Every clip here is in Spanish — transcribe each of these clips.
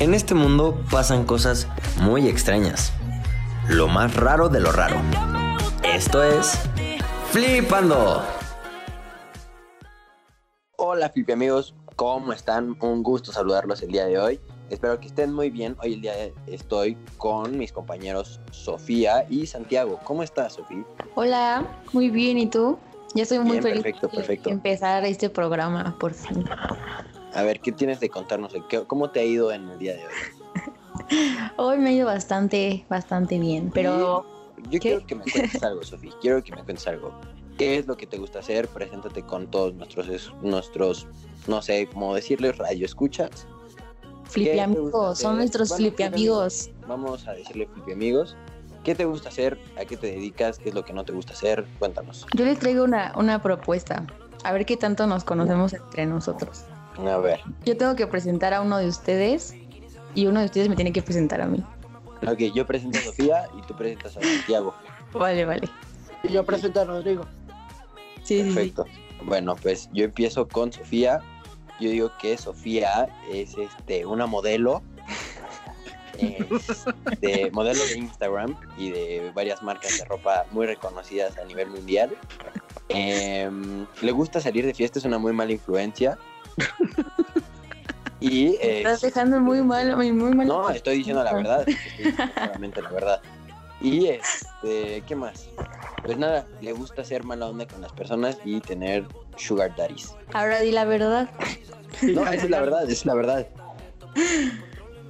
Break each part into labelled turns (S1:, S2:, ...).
S1: En este mundo pasan cosas muy extrañas. Lo más raro de lo raro. Esto es Flipando.
S2: Hola Flipi amigos, ¿cómo están? Un gusto saludarlos el día de hoy. Espero que estén muy bien. Hoy el día de- estoy con mis compañeros Sofía y Santiago. ¿Cómo estás, Sofía?
S3: Hola, muy bien, ¿y tú? Ya estoy muy
S2: Bien,
S3: feliz
S2: perfecto,
S3: de
S2: perfecto.
S3: empezar este programa por fin.
S2: A ver, ¿qué tienes de contarnos? ¿Qué- ¿Cómo te ha ido en el día de hoy?
S3: Hoy me ha ido bastante, bastante bien, pero
S2: Yo
S3: ¿Qué?
S2: quiero que me cuentes algo, Sofía. Quiero que me cuentes algo. ¿Qué es lo que te gusta hacer? Preséntate con todos nuestros, es- nuestros no sé cómo decirles, radio escuchas.
S3: flipi
S2: ¿Qué te gusta
S3: amigos,
S2: hacer?
S3: son nuestros
S2: Bueno,
S3: flipi
S2: flipi amigos.
S3: amigos.
S2: Vamos a decirle, Flipi amigos, ¿qué te gusta hacer? ¿A qué te dedicas? ¿Qué es lo que no te gusta hacer? Cuéntanos.
S3: Yo les traigo una, una propuesta, a ver qué tanto nos conocemos entre nosotros.
S2: A ver.
S3: Yo tengo que presentar a uno de ustedes y uno de ustedes me tiene que presentar a mí.
S2: Ok, yo presento a Sofía y tú presentas a Santiago.
S3: Vale, vale.
S4: Y yo presento a Rodrigo.
S3: Sí, sí, sí.
S2: Perfecto. Bueno, pues yo empiezo con Sofía. Yo digo que Sofía es este una modelo. de modelo de Instagram y de varias marcas de ropa muy reconocidas a nivel mundial. Em, le gusta salir de fiesta, es una muy mala influencia. Y eh,
S3: Estás dejando muy mal, muy, muy mal.
S2: no,
S4: pues,
S2: estoy diciendo la verdad, estoy diciendo solamente la verdad. Y este, ¿qué más? Pues nada, le gusta ser mala onda con las personas y tener sugar daddies.
S3: Ahora di la verdad.
S2: No, esa es la verdad, esa es la verdad.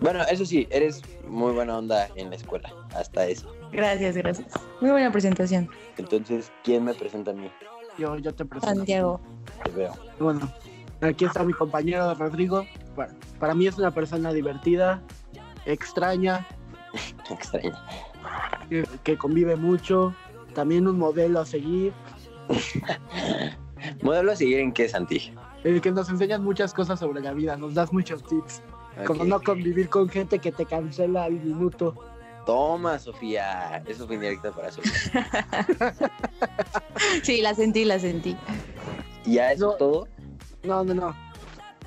S2: Bueno, eso sí, eres muy buena onda en la escuela, hasta eso.
S3: Gracias, gracias. Muy buena presentación,
S2: Entonces, ¿quién me presenta a mí?
S4: Yo, yo te presento.
S3: Santiago.
S2: Te veo.
S4: Bueno, aquí está mi compañero Rodrigo. Para, para mí es una persona divertida, extraña,
S2: Extraña.
S4: que, que convive mucho. También un modelo a seguir.
S2: Modelo a seguir en qué, Santi.
S4: El eh, que nos enseñas muchas cosas sobre la vida, nos das muchos tips. Como
S2: Ok.
S4: no convivir con gente que te cancela al minuto.
S2: Toma, Sofía. Eso fue indirecta para Sofía.
S3: Sí, la sentí, la sentí.
S2: ¿Y ya eso
S4: No.
S2: es todo?
S4: No, no, no.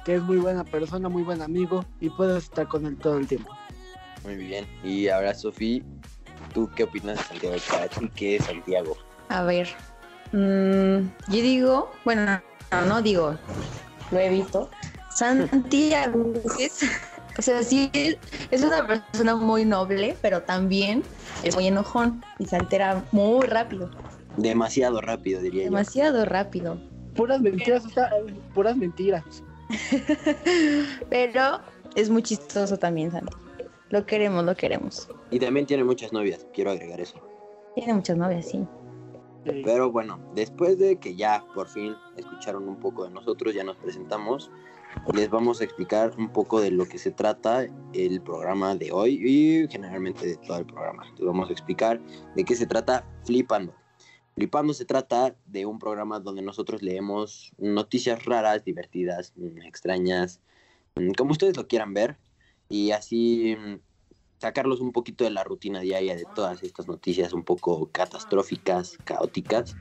S4: Que es muy buena persona, muy buen amigo y puedes estar con él todo el tiempo.
S2: Muy bien. Y ahora, Sofi, ¿tú qué opinas de Santiago Carachi? ¿Qué es Santiago?
S3: A ver. mm, yo digo, bueno, no, no, no digo, lo he visto. Santiago es, o sea, sí es, es una persona muy noble, pero también es muy enojón y se altera muy rápido,
S2: Demasiado rápido, diría
S3: demasiado rápido.
S4: Puras mentiras, está- puras mentiras.
S3: Pero es muy chistoso también, Santi. Lo queremos, lo queremos.
S2: yo. Y también tiene muchas novias, quiero agregar eso.
S3: Tiene muchas novias, sí.
S4: Sí.
S2: Pero bueno, después de que ya por fin escucharon un poco de nosotros, ya nos presentamos, les vamos a explicar un poco de lo que se trata el programa de hoy y generalmente de todo el programa. Les vamos a explicar de qué se trata Flipando. Flipando se trata de un programa donde nosotros leemos noticias raras, divertidas, mm, extrañas, mm, como ustedes lo quieran ver, y así mm, sacarlos un poquito de la rutina diaria de todas estas noticias un poco catastróficas, caóticas,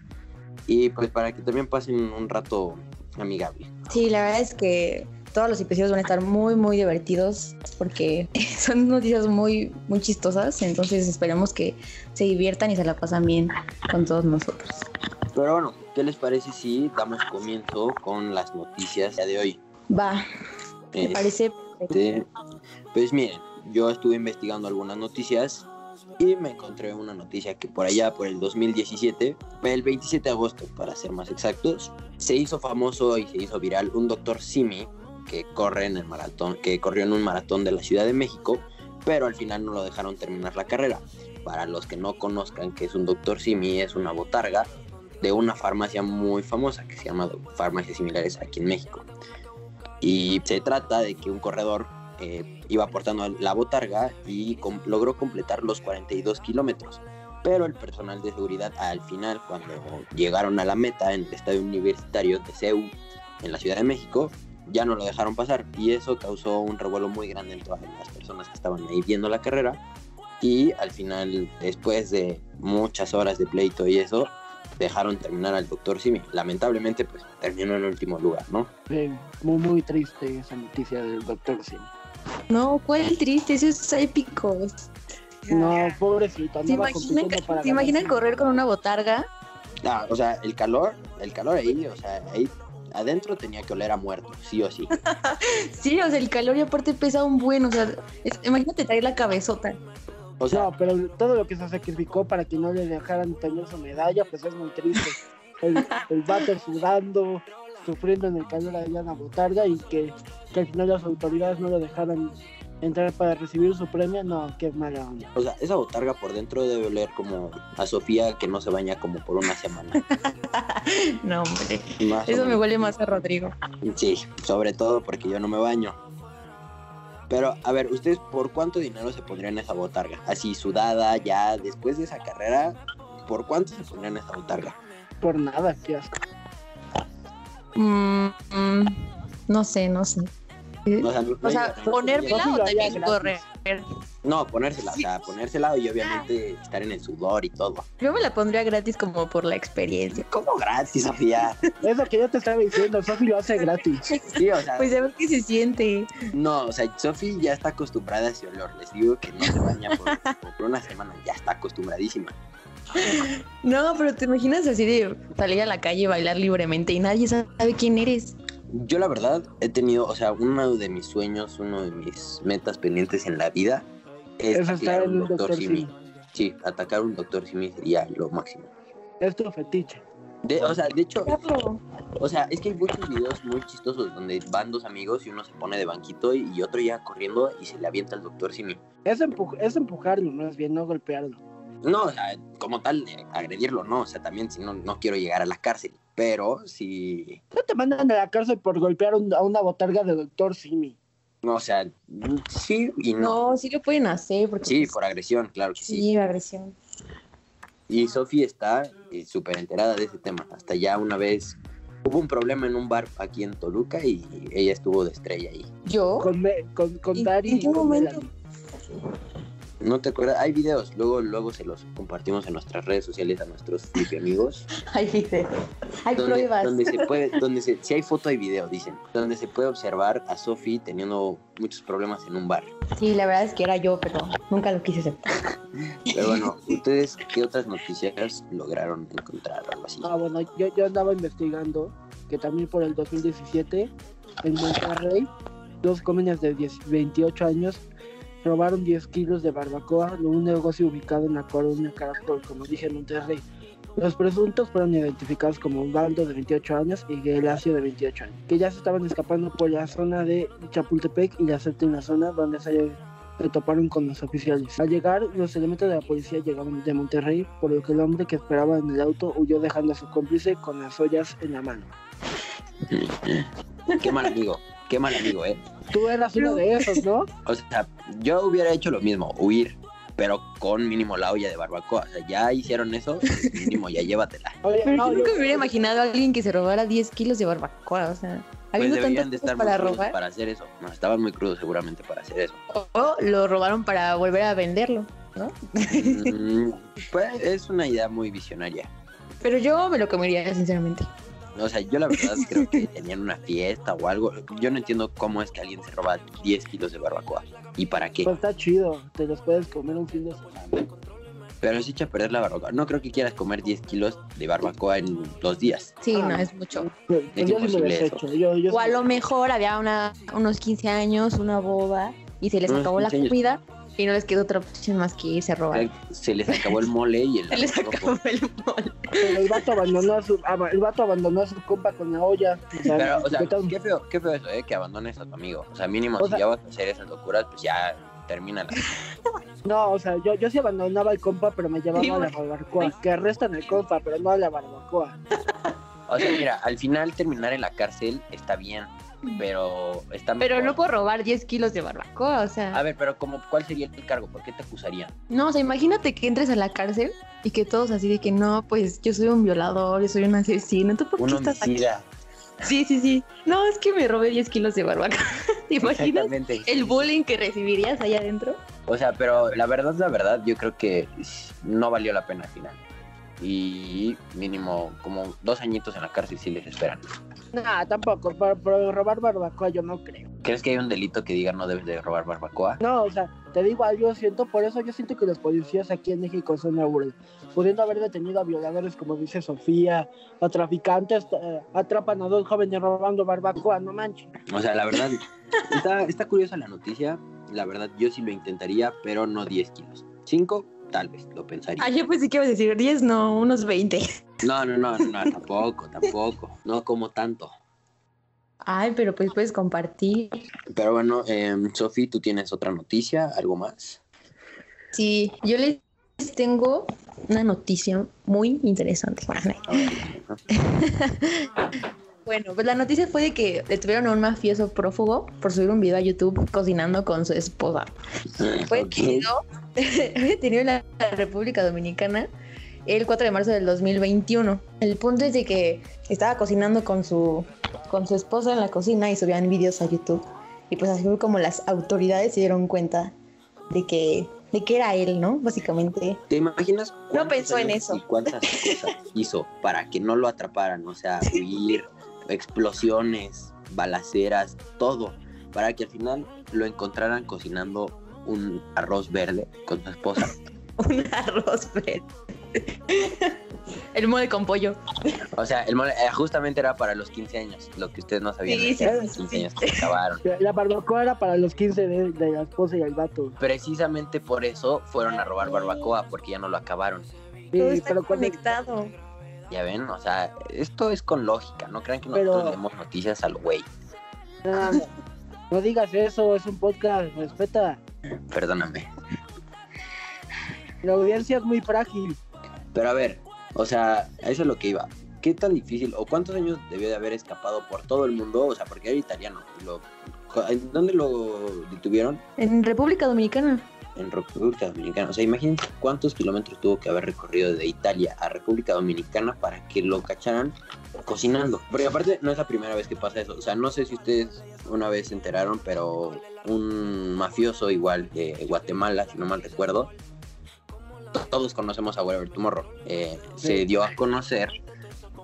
S2: y pues para que también pasen un rato amigable.
S3: Sí, la verdad es que todos los episodios van a estar muy, muy divertidos porque son noticias muy, muy chistosas. Entonces esperemos que se diviertan y se la pasan bien con todos nosotros.
S2: Pero bueno, ¿qué les parece si damos comienzo con las noticias de hoy?
S3: Va, me
S2: Este,
S3: parece.
S2: pues miren, yo estuve investigando algunas noticias y me encontré una noticia que por allá, por el 2017, el 27 de agosto para ser más exactos, se hizo famoso y se hizo viral un doctor Simi que corre en el maratón, que corrió en un maratón de la Ciudad de México, pero al final no lo dejaron terminar la carrera. Para los que no conozcan que es un doctor Simi, es una botarga de una farmacia muy famosa que se llama Do- Farmacias Similares aquí en México. Y se trata de que un corredor eh, iba portando la botarga y com- logró completar los 42 kilómetros. Pero el personal de seguridad al final, cuando llegaron a la meta en el estadio universitario de CEU, en la Ciudad de México, ya no lo dejaron pasar. Y eso causó un revuelo muy grande en todas las personas que estaban ahí viendo la carrera. Y al final, después de muchas horas de pleito y eso, dejaron terminar al doctor Simi. Lamentablemente, pues
S4: eh,
S2: terminó en último lugar, ¿no?
S4: Sí, muy, muy triste esa noticia del doctor Sim.
S3: No, ¿cuál triste? Eso es épico.
S4: No, pobrecito,
S3: ¿Se
S4: andaba
S3: imaginan,
S4: compitiendo para
S3: ¿se
S4: ganar.
S3: imaginan correr con una botarga?
S2: Ah, o sea, el calor, el calor ahí, o sea, ahí adentro tenía que oler a muerto, sí o sí.
S3: Sí, o sea, el calor y aparte pesa un buen, o sea, es- imagínate traer la cabezota.
S2: O sea,
S4: No, pero todo lo que se sacrificó para que no le dejaran tener su medalla, pues es muy triste. El, el váter sudando, sufriendo en el calor allá en la botarga y que, que al final las autoridades no lo dejaran entrar para recibir su premio, no, qué mala onda.
S2: o sea, esa botarga por dentro debe oler como a Sofía que no se baña como por una semana.
S3: No, hombre.
S2: Más o
S3: Eso me
S2: menos.
S3: huele más a Rodrigo.
S2: Sí, sobre todo porque yo no me baño. Pero, a ver, ¿ustedes por cuánto dinero se pondrían esa botarga? Así sudada, ya después de esa carrera, ¿por cuánto se pondrían esa botarga?
S4: Por nada, qué asco.
S3: Mm, mm, no sé, no sé.
S2: O sea, no-
S3: O sea,
S2: no- no-
S3: ponérmela
S4: Fácil
S3: o
S4: lo haría
S3: también correr.
S4: gratis.
S2: No, ponérsela, o sea, ponérsela y obviamente estar en el sudor y todo.
S3: Yo me la pondría gratis como por la experiencia.
S2: ¿Cómo gratis, Sofía?
S4: Es lo que yo te estaba diciendo, Sofi lo hace gratis.
S2: Sí, o sea,
S3: Pues a ver qué se siente.
S2: no, o sea, Sofi ya está acostumbrada a ese olor. Les digo que no se baña por, por una semana, ya está acostumbradísima.
S3: No, pero te imaginas así de salir a la calle y bailar libremente y nadie sabe quién eres.
S2: Yo la verdad he tenido, o sea, uno de mis sueños, uno de mis metas pendientes en la vida es,
S4: Eso está
S2: atacar a
S4: en
S2: un
S4: el
S2: doctor,
S4: doctor
S2: Simi.
S4: Simi.
S2: Sí, atacar a un doctor Simi sería lo máximo.
S4: Es tu fetiche.
S2: De- o sea, de hecho,
S3: Claro.
S2: o sea, es que hay muchos videos muy chistosos donde van dos amigos y uno se pone de banquito y, y otro ya corriendo y se le avienta al doctor Simi.
S4: Es, empu- es empujarlo, más bien, no golpearlo.
S2: No, o sea, como tal, eh, agredirlo, no, o sea, también si no, no quiero llegar a la cárcel, pero si,
S4: No te mandan a la cárcel por golpear un- a una botarga de doctor Simi.
S2: no, o sea, sí y no.
S3: No, sí lo pueden hacer porque
S2: Sí,
S3: pues,
S2: por agresión, claro que sí.
S3: sí, agresión.
S2: Y Sofi está eh, súper enterada de ese tema. Hasta ya una vez hubo un problema en un bar aquí en Toluca y ella estuvo de estrella ahí.
S3: Yo
S4: Con, me- con, con
S3: ¿En-
S4: Dari
S3: en
S4: y
S3: qué
S4: con
S3: momento?
S4: Melanie.
S2: ¿No te acuerdas? Hay videos, luego, luego se los compartimos en nuestras redes sociales a nuestros flippy amigos.
S3: Ay, dice. Hay
S2: donde,
S3: pruebas.
S2: donde se puede, donde se- si hay foto hay video, dicen. Donde se puede observar a Sofi teniendo muchos problemas en un bar.
S3: Sí, la verdad es que era yo, pero nunca lo quise aceptar.
S2: Pero bueno, ¿ustedes qué otras noticias lograron encontrar o algo así?
S4: Ah, bueno, yo, yo andaba investigando que también por el 2017 en Monterrey, dos jóvenes de 10 28 años robaron 10 kilos de barbacoa de un negocio ubicado en la colonia Caracol, como dije en Monterrey. Los presuntos fueron identificados como Baldo de 28 años y Gelacio de 28 años, que ya se estaban escapando por la zona de Chapultepec y la séptima zona donde se se toparon con los oficiales. Al llegar, los elementos de la policía llegaron de Monterrey, por lo que el hombre que esperaba en el auto huyó dejando a su cómplice con las ollas en la mano.
S2: Qué mal amigo, qué mal amigo, ¿eh?
S4: Tú eras uno de esos, ¿no?
S2: O sea, yo hubiera hecho lo mismo, huir, pero con mínimo la olla de barbacoa. O sea, ya hicieron eso, pues mínimo ya llévatela.
S4: Oye,
S3: Pero
S4: no,
S3: yo nunca me hubiera imaginado a alguien que se robara 10 kilos de barbacoa, o sea,
S2: Pues
S3: habiendo
S2: deberían de estar
S3: tantas cosas
S2: muy
S3: para
S2: crudos
S3: robar,
S2: para hacer eso. No, estaban muy crudos seguramente para hacer eso.
S3: o lo robaron para volver a venderlo.
S2: Mm, pues es una idea muy visionaria.
S3: Pero yo me lo comería, sinceramente.
S2: O sea, yo la verdad creo que tenían una fiesta o algo. Yo no entiendo cómo es que alguien se roba 10 kilos de barbacoa. ¿Y para qué?
S4: pues está chido, te los puedes comer un fin de semana.
S2: Pero se echa a perder la barbacoa. No creo que quieras comer 10 kilos de barbacoa en dos días.
S3: Sí,
S4: Ah.
S3: no, es mucho.
S4: Pues,
S2: Es
S4: yo sí me
S2: imposible
S4: desecho. Yo, yo
S3: O a
S4: sí-
S3: lo mejor había una, unos 15 años, una boda, y se les
S2: Unos
S3: acabó la
S2: 15 años.
S3: comida y no les quedó otra opción más que irse a robar.
S2: Se les acabó el mole y el
S3: Se les
S2: arroz rojo.
S3: acabó el mole.
S4: Pero el vato abandonó a su, ab- el vato abandonó a su compa con la olla. O sea,
S2: Pero, o sea,
S4: ¿qué tal?
S2: qué feo, qué feo eso, ¿eh? Que abandones a tu amigo. O sea, mínimo,
S4: O
S2: si
S4: sea-
S2: ya vas a hacer esas locuras, pues ya termina
S4: No, o sea, yo, yo sí abandonaba al compa, pero me llevaba
S3: Sí,
S4: a la
S3: güey.
S4: barbacoa. Que arrestan al compa, pero no a la barbacoa.
S2: O sea, mira, al final terminar en la cárcel está bien, pero está
S3: Mm. Pero
S2: mejor.
S3: no puedo robar 10 kilos de barbacoa, o sea.
S2: A ver, pero como, ¿cuál sería el cargo? ¿Por qué te acusarían?
S3: No, o sea, imagínate que entres a la cárcel y que todos así de que no, pues yo soy un violador, yo soy un asesino, ¿tú por
S2: Un
S3: qué estás aquí?
S2: homicida.
S3: Sí, sí, sí. No, es que me robé 10 kilos de barbacoa. ¿Te imaginas
S2: Exactamente.
S3: el bullying que recibirías allá adentro?
S2: O sea, pero la verdad, la verdad, yo creo que no valió la pena al final. Y mínimo, como dos añitos en la cárcel sí les esperan.
S4: Nah, tampoco. Por, por robar barbacoa yo no creo.
S2: ¿Crees que hay un delito que diga no debes de robar barbacoa?
S4: No, o sea, te digo algo, yo siento, por eso yo siento que los policías aquí en México son una burla. Pudiendo haber detenido a violadores, como dice Sofía, a traficantes, eh, atrapan a dos jóvenes robando barbacoa, no manches.
S2: O sea, la verdad, está, está curiosa la noticia. La verdad, yo sí lo intentaría, pero no 10 kilos. 5, tal vez, lo pensaría.
S3: Ah, yo pensé que ibas a decir 10, no, unos 20.
S2: No, no, no, no, tampoco, tampoco. No como tanto.
S3: Ay, pero pues puedes compartir.
S2: Pero bueno, em, Sofi, tú tienes otra noticia, algo más.
S3: Sí, yo les tengo una noticia muy interesante.
S2: A ver, ¿no?
S3: Bueno, pues la noticia fue de que detuvieron a un mafioso prófugo por subir un video a YouTube cocinando con su esposa. Fue
S2: Ok.
S3: detenido, fue detenido en la República Dominicana el 4 de marzo del 2021. El punto es de que estaba cocinando con su, con su esposa en la cocina y subían videos a YouTube. Y pues así fue como las autoridades se dieron cuenta de que, de que era él, ¿no? Básicamente.
S2: ¿Te imaginas? cuántos
S3: pensó en
S2: años
S3: eso.
S2: Y cuántas cosas hizo para que no lo atraparan, o sea, huir, explosiones, balaceras, todo, para que al final lo encontraran cocinando un arroz verde con su esposa.
S3: Un arroz verde. El mole con pollo.
S2: O sea, el mole, eh, justamente era para los 15 años, lo que ustedes no sabían.
S3: Sí, sí,
S2: era para
S3: sí,
S2: los 15
S3: sí.
S2: años que acabaron.
S4: La barbacoa era para los 15 de, de la esposa y el vato.
S2: Precisamente por eso fueron a robar barbacoa, porque ya no lo acabaron.
S4: Sí,
S3: Todo está
S4: pero cuando-
S3: conectado.
S2: Ya ven, o sea, esto es con lógica, no crean que
S4: Pero-
S2: nosotros leemos noticias al güey.
S4: no, no, no digas eso, es un podcast, respeta.
S2: Perdóname.
S4: La audiencia es muy frágil.
S2: Pero a ver, o sea, a eso es lo que iba. ¿Qué tan difícil o cuántos años debió de haber escapado por todo el mundo? O sea, porque era italiano. Lo- ¿en ¿Dónde lo detuvieron?
S3: En República Dominicana.
S2: En República Dominicana. O sea, imagínense cuántos kilómetros tuvo que haber recorrido de Italia a República Dominicana para que lo cacharan cocinando. Porque aparte no es la primera vez que pasa eso. O sea, no sé si ustedes una vez se enteraron, pero un mafioso igual de Guatemala, si no mal recuerdo, to- todos conocemos a Whatever Tomorrow. Eh, Se
S4: Sí.
S2: dio a conocer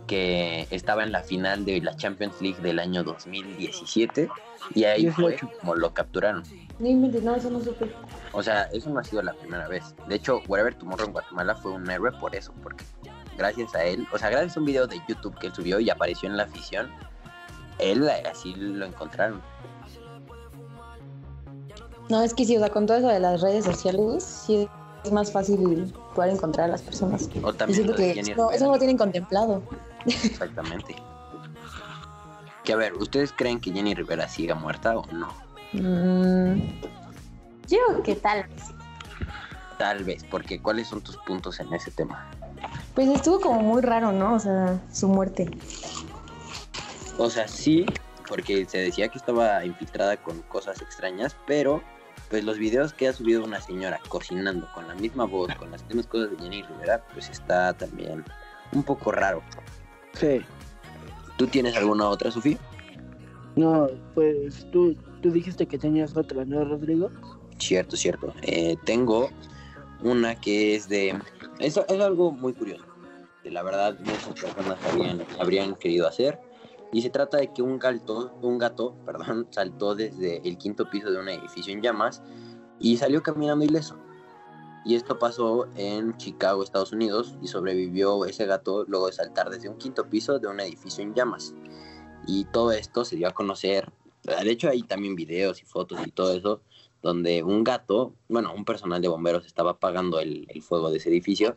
S2: que estaba en la final de la Champions League del año 2017 y ahí fue
S4: 18.
S2: como lo capturaron.
S3: No inventes, no, eso no supe.
S2: O sea, eso no ha sido la primera vez. De hecho, Wherever Tomorrow en Guatemala fue un héroe por eso, porque gracias a él, o sea, gracias a un video de YouTube que él subió y apareció en la afición, él eh, así lo encontraron.
S3: No, es que sí, o sea, con todo eso de las redes sociales, sí es más fácil poder encontrar a las personas.
S2: O
S3: Y
S2: también
S3: siento
S2: lo de
S3: que
S2: Jenny
S3: no,
S2: Rivera,
S3: eso no lo tienen contemplado.
S2: Exactamente. Que a ver, ¿ustedes creen que Jenny Rivera siga muerta o no?
S3: Mm, yo creo que tal vez.
S2: Tal vez, porque ¿cuáles son tus puntos en ese tema?
S3: Pues estuvo como muy raro, ¿no? O sea, su muerte.
S2: O sea, sí, porque se decía que estaba infiltrada con cosas extrañas, pero pues los videos que ha subido una señora cocinando con la misma voz, con las mismas cosas de Jenny Rivera, pues está también un poco raro.
S4: Sí.
S2: ¿Tú tienes alguna otra, Sofía?
S4: No, pues tú, tú dijiste que tenías otra, ¿no, Rodrigo?
S2: Cierto, cierto. Eh, tengo una que es de... Es, es algo muy curioso, que la verdad muchas personas habrían, habrían querido hacer. Y se trata de que un, galto, un gato perdón, saltó desde el quinto piso de un edificio en llamas y salió caminando ileso. Y esto pasó en Chicago, Estados Unidos, y sobrevivió ese gato luego de saltar desde un quinto piso de un edificio en llamas. Y todo esto se dio a conocer. De hecho, hay también videos y fotos y todo eso donde un gato, bueno, un personal de bomberos estaba apagando el, el fuego de ese edificio,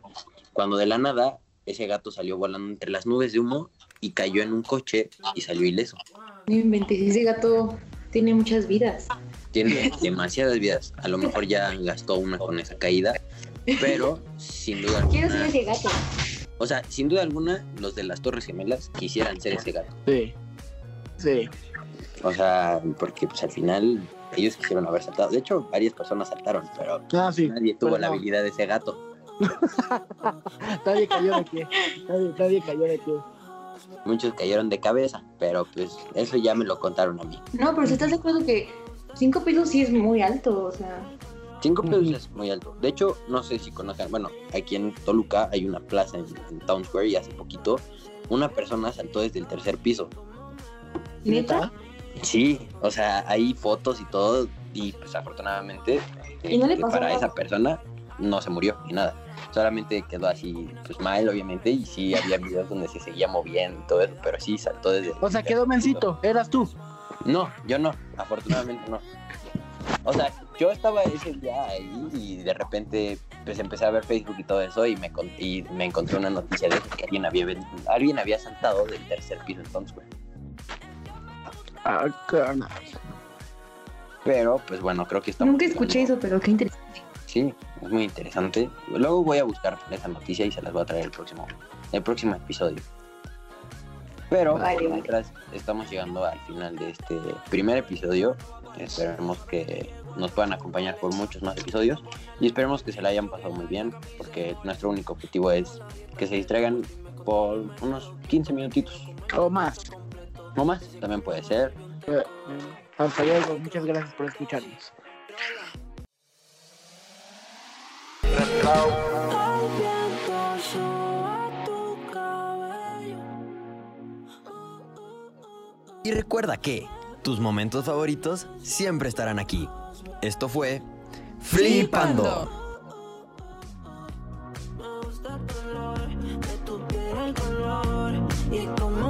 S2: cuando de la nada ese gato salió volando entre las nubes de humo y cayó en un coche y salió ileso.
S3: No inventé, ese gato tiene muchas vidas.
S2: Tiene demasiadas vidas, a lo mejor ya gastó una con esa caída, pero sin duda alguna,
S3: ese gato.
S2: o sea, sin duda alguna los de las Torres Gemelas quisieran ser ese gato.
S4: Sí. Sí.
S2: O sea, porque pues al final ellos quisieron haber saltado. De hecho, varias personas saltaron, pero
S4: Ah, sí.
S2: nadie tuvo
S4: Pero
S2: la
S4: no,
S2: habilidad de ese gato.
S4: Nadie cayó de pie. Nadie, nadie cayó de pie.
S2: Muchos cayeron de cabeza, pero pues eso ya me lo contaron a mí.
S3: No, pero si estás de acuerdo que cinco pisos sí es muy alto, o sea.
S2: Cinco pesos
S4: Ujú.
S2: es muy alto. De hecho, no sé si conozcan, bueno, aquí en Toluca hay una plaza en, en Town Square y hace poquito una persona saltó desde el tercer piso.
S3: ¿Neta?
S2: Sí, o sea, hay fotos y todo, y pues afortunadamente este,
S3: ¿Y no le
S2: que
S3: pasó
S2: para
S3: nada?
S2: esa persona no se murió ni nada. Solamente quedó así, pues mal, obviamente, y sí había videos donde se seguía moviendo y todo eso, pero sí saltó desde.
S4: O sea, quedó mencito, eras tú.
S2: No, yo no, afortunadamente no. O sea, yo estaba ese día ahí y de repente pues empecé a ver Facebook y todo eso y me, con- y me encontré una noticia de que alguien había, ven- alguien había saltado del tercer piso entonces, güey.
S4: Ah, carnal.
S2: Pero pues bueno, creo que estamos...
S3: Nunca escuché eso, pero qué interesante.
S2: Sí, es muy interesante. Luego voy a buscar esa noticia y se las voy a traer el próximo, el próximo episodio. Pero por
S3: Vale, vale.
S2: mientras estamos llegando al final de este primer episodio. Esperemos que nos puedan acompañar por muchos más episodios y esperemos que se la hayan pasado muy bien porque nuestro único objetivo es que se distraigan por unos 15 minutitos
S4: O más.
S2: no más, también puede ser.
S4: Eh, Hasta luego, muchas gracias por escucharnos.
S1: Y recuerda que tus momentos favoritos siempre estarán aquí. Esto fue Flipando.
S5: Flipando. oh, Me gusta el color de tu piel, el color y cómo